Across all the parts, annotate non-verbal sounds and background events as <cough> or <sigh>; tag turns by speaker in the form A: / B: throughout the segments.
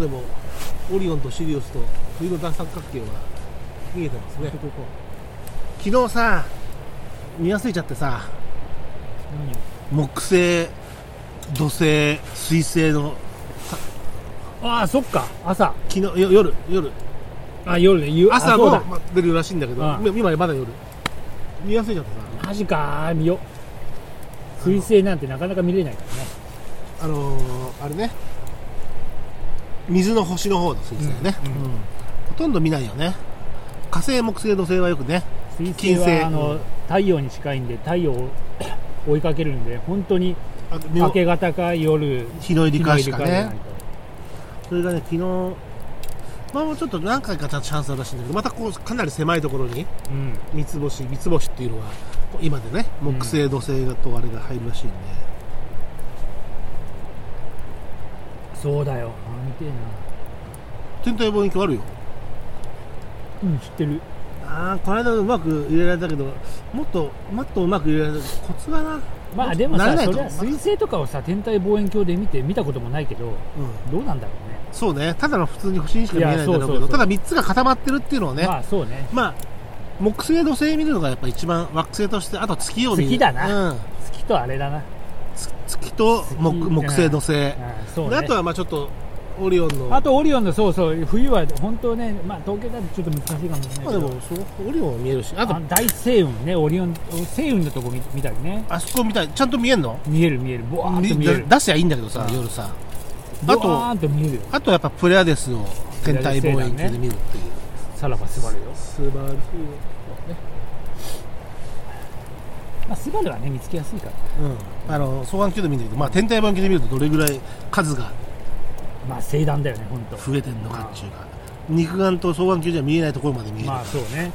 A: でもオリオンとシリウスと冬の大三角形は見えてますね昨日さ見忘れちゃってさ
B: 何
A: 木星土星水星の
B: ああそっか朝
A: 昨日よ夜夜
B: あ夜ね夕
A: 朝
B: あそう
A: の
B: だ
A: ま出るらしいんだけど
B: ああ
A: 今今まだ夜見忘れちゃってさ
B: マジかー見よう彗星なんてなかなか見れないからね
A: あのーあれね水の星の方の水星ね、ほとんど見ないよね火星木星土星はよくね
B: 水
A: 金
B: 星
A: 星
B: はあの、太陽に近いんで太陽を追いかけるんで本当に
A: あと
B: 明け方か夜
A: 日の入りかしか
B: 日の入り
A: ねそれがね昨日まあもうちょっと何回かチャンスあるらしいんだけどまたこうかなり狭いところに
B: じゃないと
A: 三つ星三つ星っていうのはこう今でね
B: う
A: 木
B: ん
A: 星土星がとあれが入るらしいんで、
B: うんそうだよあ見てえな
A: 天体望遠鏡あるよ
B: うん知ってる
A: ああこの間うまく入れられたけどもっともっとうまく入れられたコツがなうん
B: まあでも
A: 慣れ
B: さ
A: ない
B: そ
A: と
B: れは彗星とかをさ天体望遠鏡で見て見たこともないけどどうなんだろうね
A: そうねただの普通に星にしか見えないんだろうけど
B: いやそうそうそう
A: ただ3つが固まってるっていうのはね、
B: まあそうね
A: まあ木星土星見るのがやっぱ一番惑星としてあと月を見る
B: 月だな
A: うん、
B: 月とあれだな、
A: つ月と木
B: 月
A: 木星土星、
B: うんそう
A: であ
B: ね
A: とはまあちょっとオリオンの
B: あとオリオンのそうそう冬は本当ね、まあ、東京だとちょっと難しいかもしれ
A: ま
B: な
A: あ
B: い
A: で
B: け
A: も
B: ど
A: そうオリオンは見えるしあ
B: あ
A: と
B: 大星雲ねオリオン星雲のとこ見見たりね
A: あそこみたいちゃんと見えんの
B: 見える見えるボワーンと見える
A: み出せばいいんだけどさ
B: うん
A: 夜さ
B: ボ
A: あ
B: ワー
A: と
B: ンと見えるよ
A: あとやっぱプレアデスを天体望遠鏡で見るっていう、
B: さらばスバルよ、
A: 素晴らしい、
B: まあ、スバルはね見つけやすいから
A: うん、あの双眼鏡で見るんだけど、まあ、天体望遠鏡で見るとどれぐらい数が
B: まあ星団だよね本当
A: 増えてんのかっていうか肉眼と双眼鏡じゃ見えないところまで見える、
B: まあそうね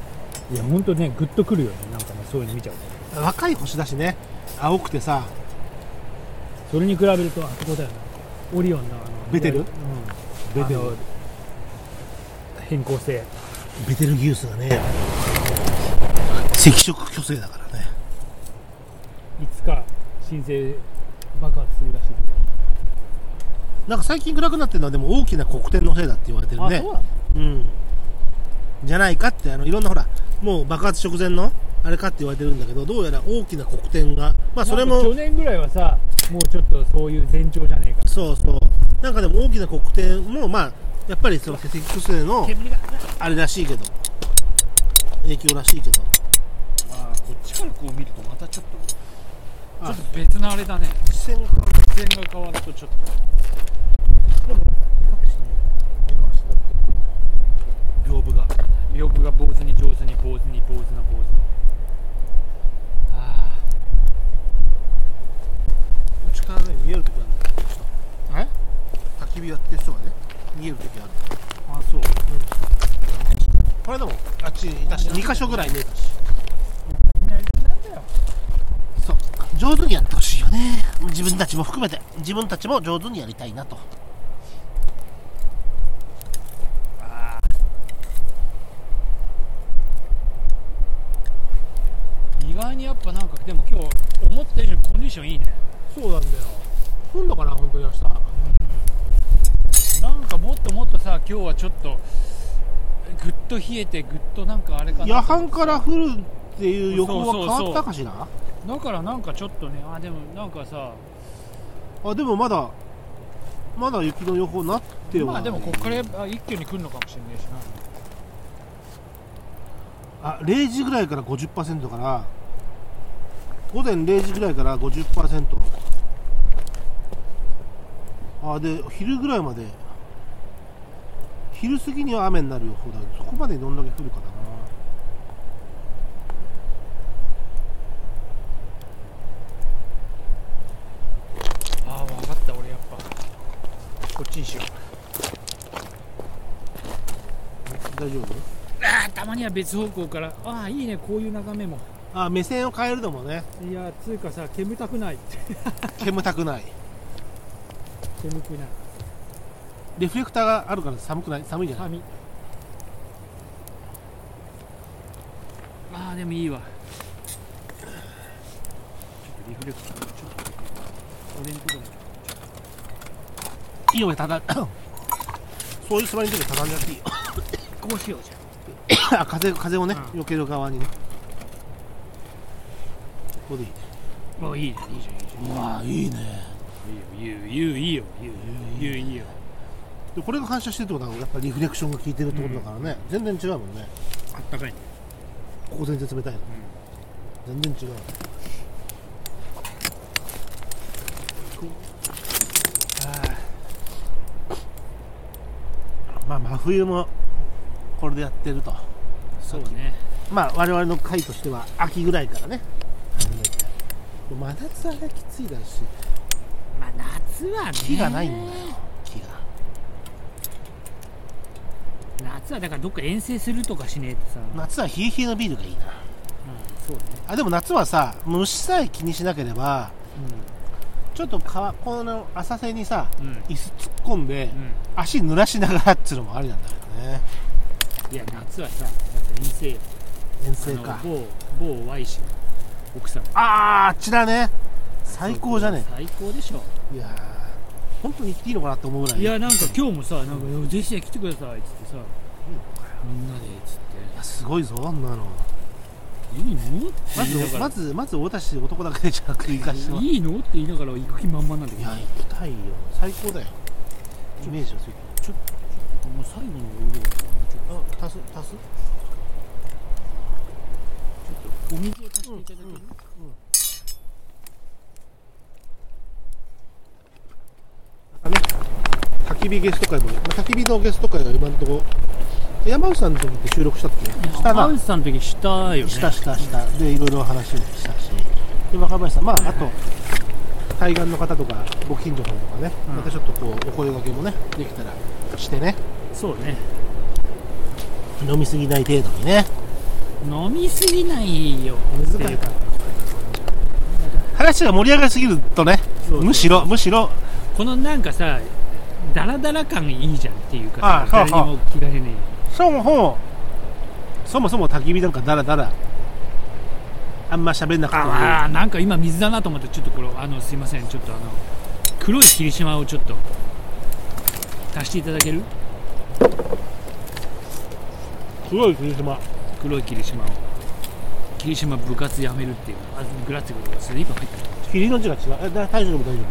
B: いや本当ねグッとくるよねなんかねそういうの見ちゃうと
A: 若い星だしね青くてさ
B: それに比べるとあそこだよねオリオンのあの
A: ベテル
B: うん
A: ベテル
B: あの変更性
A: ベテルギウスがね赤色巨星だからね
B: いつか新星爆発するらしい
A: なんか最近暗くなってるのはでも大きな黒点のせいだって言われてる
B: あ、
A: ね
B: そうなんだ
A: うんじゃないかってあのいろんなほらもう爆発直前のあれかって言われてるんだけどどうやら大きな黒点がまあそれ
B: なんか
A: も
B: 去年ぐらいはさもうちょっとそういう前兆じゃねえか
A: そうそうなんかでも大きな黒点もまあやっぱりその赤色巨星の
B: 煙が
A: あれらしいけど影響らしいけど
C: あーこっちからこう見るとまたちょっとち
A: あ
C: ょっと別のあれだね
A: 視線が変わる
C: 視線が変わるとちょっと
A: でも各地に目隠しになってる屏風が
C: 屏風が坊主に上手に坊主に坊主な坊主なあ
A: 内からね見える時あるんだよえ焚き火やってる人がね見える時あ
C: ー
A: る
C: あそう
A: これでもあっちにいたし2箇所ぐらいねえたし
B: なんだよ
A: そう上手にやってほしいよね自分たちも含めて自分たちも上手にやりたいなと
C: 意外にやっぱなんかでも今日思った以上にコンディションいいね
A: そうなんだよ今度かな本当に明日
C: なんかもっともっとさ今日はちょっとぐっと冷えてぐっとなんかあれかな
A: 夜半から降るっていう予報は変わったかしら
C: だからなんかちょっとねあでもなんかさ
A: あでもまだまだ雪の予報なっては
C: まあでもこっからやっぱ一挙に来るのかもしれないしな
A: あ0時ぐらいから50%から午前0時ぐらいから50%あで昼ぐらいまで昼過ぎには雨になる予報だけどそこまでどんだけ降るかだな
C: ああ分かった俺やっぱこっちにしよう
A: 大丈夫
C: あーたまには別方向からああいいねこういう眺めも
A: あ目線を変えるのもね
B: いやつうかさ煙たくない
A: 煙たくない
B: 煙くない
A: レフレクターがあるから寒くない寒いじゃない
B: 髪
C: ああでもいいわちょっとリフレクターちょっと俺のことも
A: <coughs> いいよただちょこういう座りの時は畳んじゃっていいよ
B: こうしようじゃん
A: <coughs> あ風風をね、避ける側にねここでいいね
B: もういいじゃんいいじゃんいいじ
A: うわいいね
C: いいよいいよいいよいいよいいよいいよ
A: でこれが反射してるってことはやっぱりリフレクションが効いてるってことだからね、全然違うもんね
C: あったかいね
A: ここ全然冷たいの、全然違うまあ真冬もこれでやってると
C: そうね
A: まあ我々の回としては秋ぐらいからね始めて真夏はねきついだろうし
B: ゃんまあ夏はね
A: 木がないんだよ木が
B: 夏はだからどっか遠征するとかしねえってさ、
A: 夏は冷え冷えのビールがいいな
B: そうね
A: あでも夏はさ虫さえ気にしなければちょっと川この浅瀬にさ
C: うんうん
A: 椅子突っ込んで、足濡らしながらっつうのもありなんだけどね
B: いや夏はさやっぱ遠征よ
A: 遠
C: あ
A: 征
C: の
A: か
C: 某某 Y 氏の奥さん
A: あああっちだね最高じゃね
B: 最高でしょ
A: えいやー本当に行っていいのかなって思うぐらい
B: いやなんか今日もさなんかぜひぜひ来てくださいっつってさみんなでっつ
A: いやすごいぞあんなの
B: っていいの
A: ま
B: だか
A: ず
B: ら
A: まずまず俺たち男だけじゃなくて行かしてもらう
B: いいのって言いながら行く気満々なんだけ
A: い
B: ど
A: や
B: もう
A: 行きたいよ最高だよイメージがついて
B: 最後のお湯で
A: るあ足す足す
B: お水を足していただける、
A: 焚き火ゲスト会も、まあ、焚き火のゲスト会が今のところえ山内さんの時って収録したっけしたな
B: マウスさんの時したよね
A: したしたしたでいろいろ話をしたしで若林さんまああと対岸の方とかご近所さんとかね、
B: うん
A: またちょっとこうお声掛けもねできたらしてね
B: そうね
A: 飲みすぎない程度にね
B: 飲みすぎないよ
A: 難しいから話が盛り上がりすぎるとね
B: そうそう
A: むしろむしろ
B: このなんかさダラダラ感いいじゃんっていうか
A: あ
B: さ
A: あ
B: 誰にも気がれね
A: そもそもそもそも焚き火なんかだらだらあんま喋んなく
B: え
A: ても
B: ああなんか今水だなと思ってちょっとこれあのすいませんちょっとあの黒い霧島をちょっと足していただける
A: 黒い霧島
B: 黒い霧島を霧島部活やめるっていうあグラッツェグラッツェで今入った
A: 霧の字が違うえだ大丈夫大丈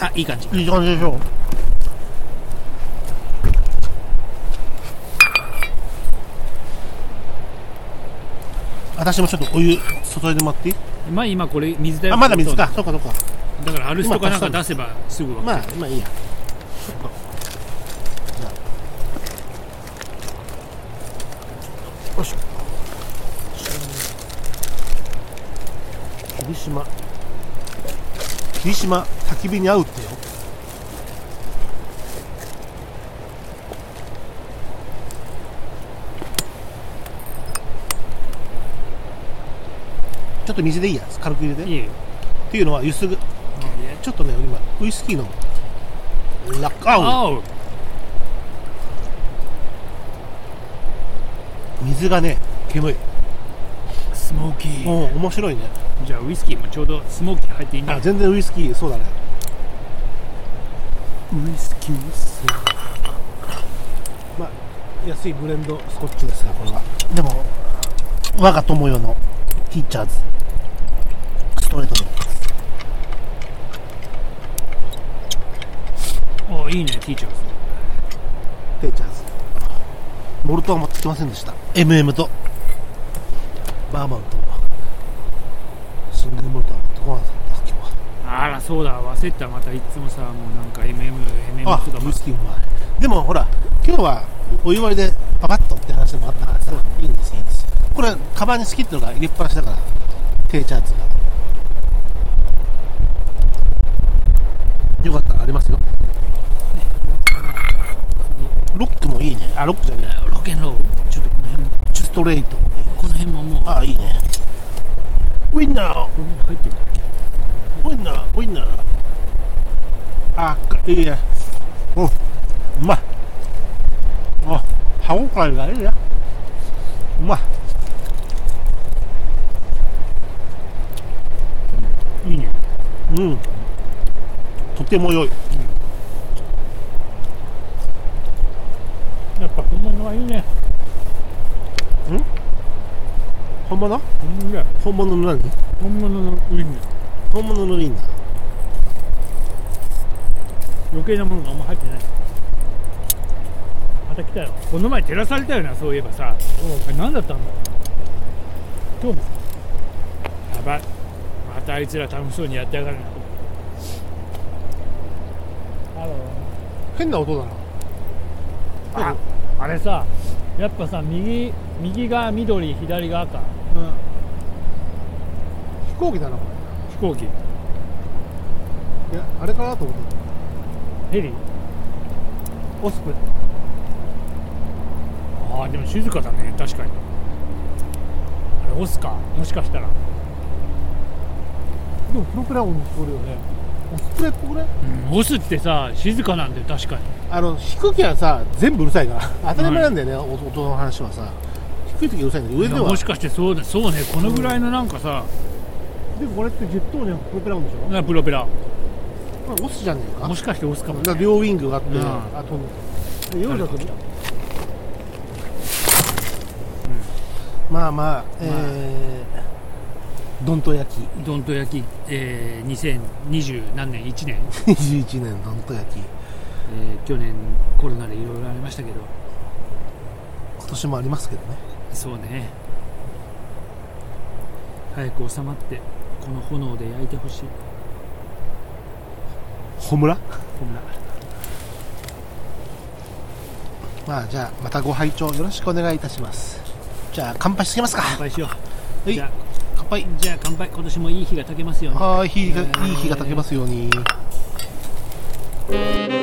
B: あいい感じ
A: 夫いい感じでしょ私もちょっとお湯注いでもらっていい
B: まあ今これ水だよ
A: あまだ水かそうかそうか
B: だからアルスとかなんか出せばすぐわかる、
A: まあまあいいやじゃあよいしょ霧島霧島焚き火に合うってよちょっと水でいいや軽く入れてっ
B: いいよ
A: ていうのはゆすぐちょっとね、今、ウイスキーの、ラッカ
B: あおう
A: ー水がね、煙。
B: スモーキー
A: もう面白いね。
B: じゃあウイスキーもちょうどスモーキー入っていいんだ
A: あ、全然ウイスキー、そうだね。
B: ウイスキー
A: 安いブレンドスコッチですが、これは。でも、我が友よのティーチャーズ、ストレートの。
B: おいいねティーチャーズ
A: テーチャーズ。モルトは持ってきませんでした。MM と、バーバンと、シングルモルトは持ってこなかった、今日は。
B: あらそうだ忘れてたまたいつもさもうなんか MM MM
A: あ
B: とか、
A: ウ
B: も
A: イスキーうまい。でもほら、今日はお湯割りでパパッとって話でもあったからさ、いいんです、いいんです。これ、カバンにスキットが入れっぱなしだから、テーチャーズが。よかったらありますよ。ロックもいいね。あ、ロックじゃねえ
B: ロケンロールちょっとこの辺も
A: ストレート。
B: この辺ももう
A: あ、いいね。ウィンナー
B: この辺入ってる
A: ウィンナーウィンナーあ、かいいね。うん、うまい。あ、歯応えがいいね。うまい。
B: いいね
A: うん。とっても良い、
B: やっぱ本物はいいね
A: 本物
B: 本物だよ
A: 本物の何
B: 本物のウインナー
A: 本物のウインナー
B: 余計なものがあんま入ってないまた来たよこの前照らされたよなそういえばさあれ何だったんだろう今日もやばいまたあいつら楽しそうにやってやがるなハロー
A: 変な音だな
B: ああれさやっぱさ右右が緑左が赤
A: うん飛行機だなこ
B: 飛行機
A: れいやあれかなと思った
B: ヘリ
A: オスプレイ
B: ああでも静かだね確かにあれオスかもしかしたら
A: でもプロペラ音に聞こえるよねオスプレイっぽくない
B: うんオスってさ静かなんだよ確かに
A: あの低い時はさ全部うるさいから当たり前なんだよね、音音の話はさ低い時はうるさいんだけど上
B: い
A: で
B: や
A: は
B: もしかしてそうだそうねこのぐらいのなんかさ、
A: でもこれって10トンのプロペラ音でしょ、
B: なプロペラ
A: まあ、オスじゃねえか
B: もしかしてオスかも
A: だから両ウィングがあって、
B: うん
A: あとで夜だと、
B: 誰か
A: まあまあ、えー、どんと焼き <laughs>
B: どんと焼き、えー、2020何年1年、
A: 21年どんと焼き
B: えー去年コロナでいろいろありましたけど
A: 今年もありますけどね
B: そうね早く収まってこの炎で焼いてほしい
A: ホムラ
B: こんな
A: まあじゃあまたご拝聴よろしくお願いいたしますじゃあ乾杯してきますか
B: 乾杯しよう
A: はい
B: じゃ
A: 乾杯
B: あじゃあ乾杯今年もいい日が炊けますように
A: はーい火がいい火が炊けますように、
B: え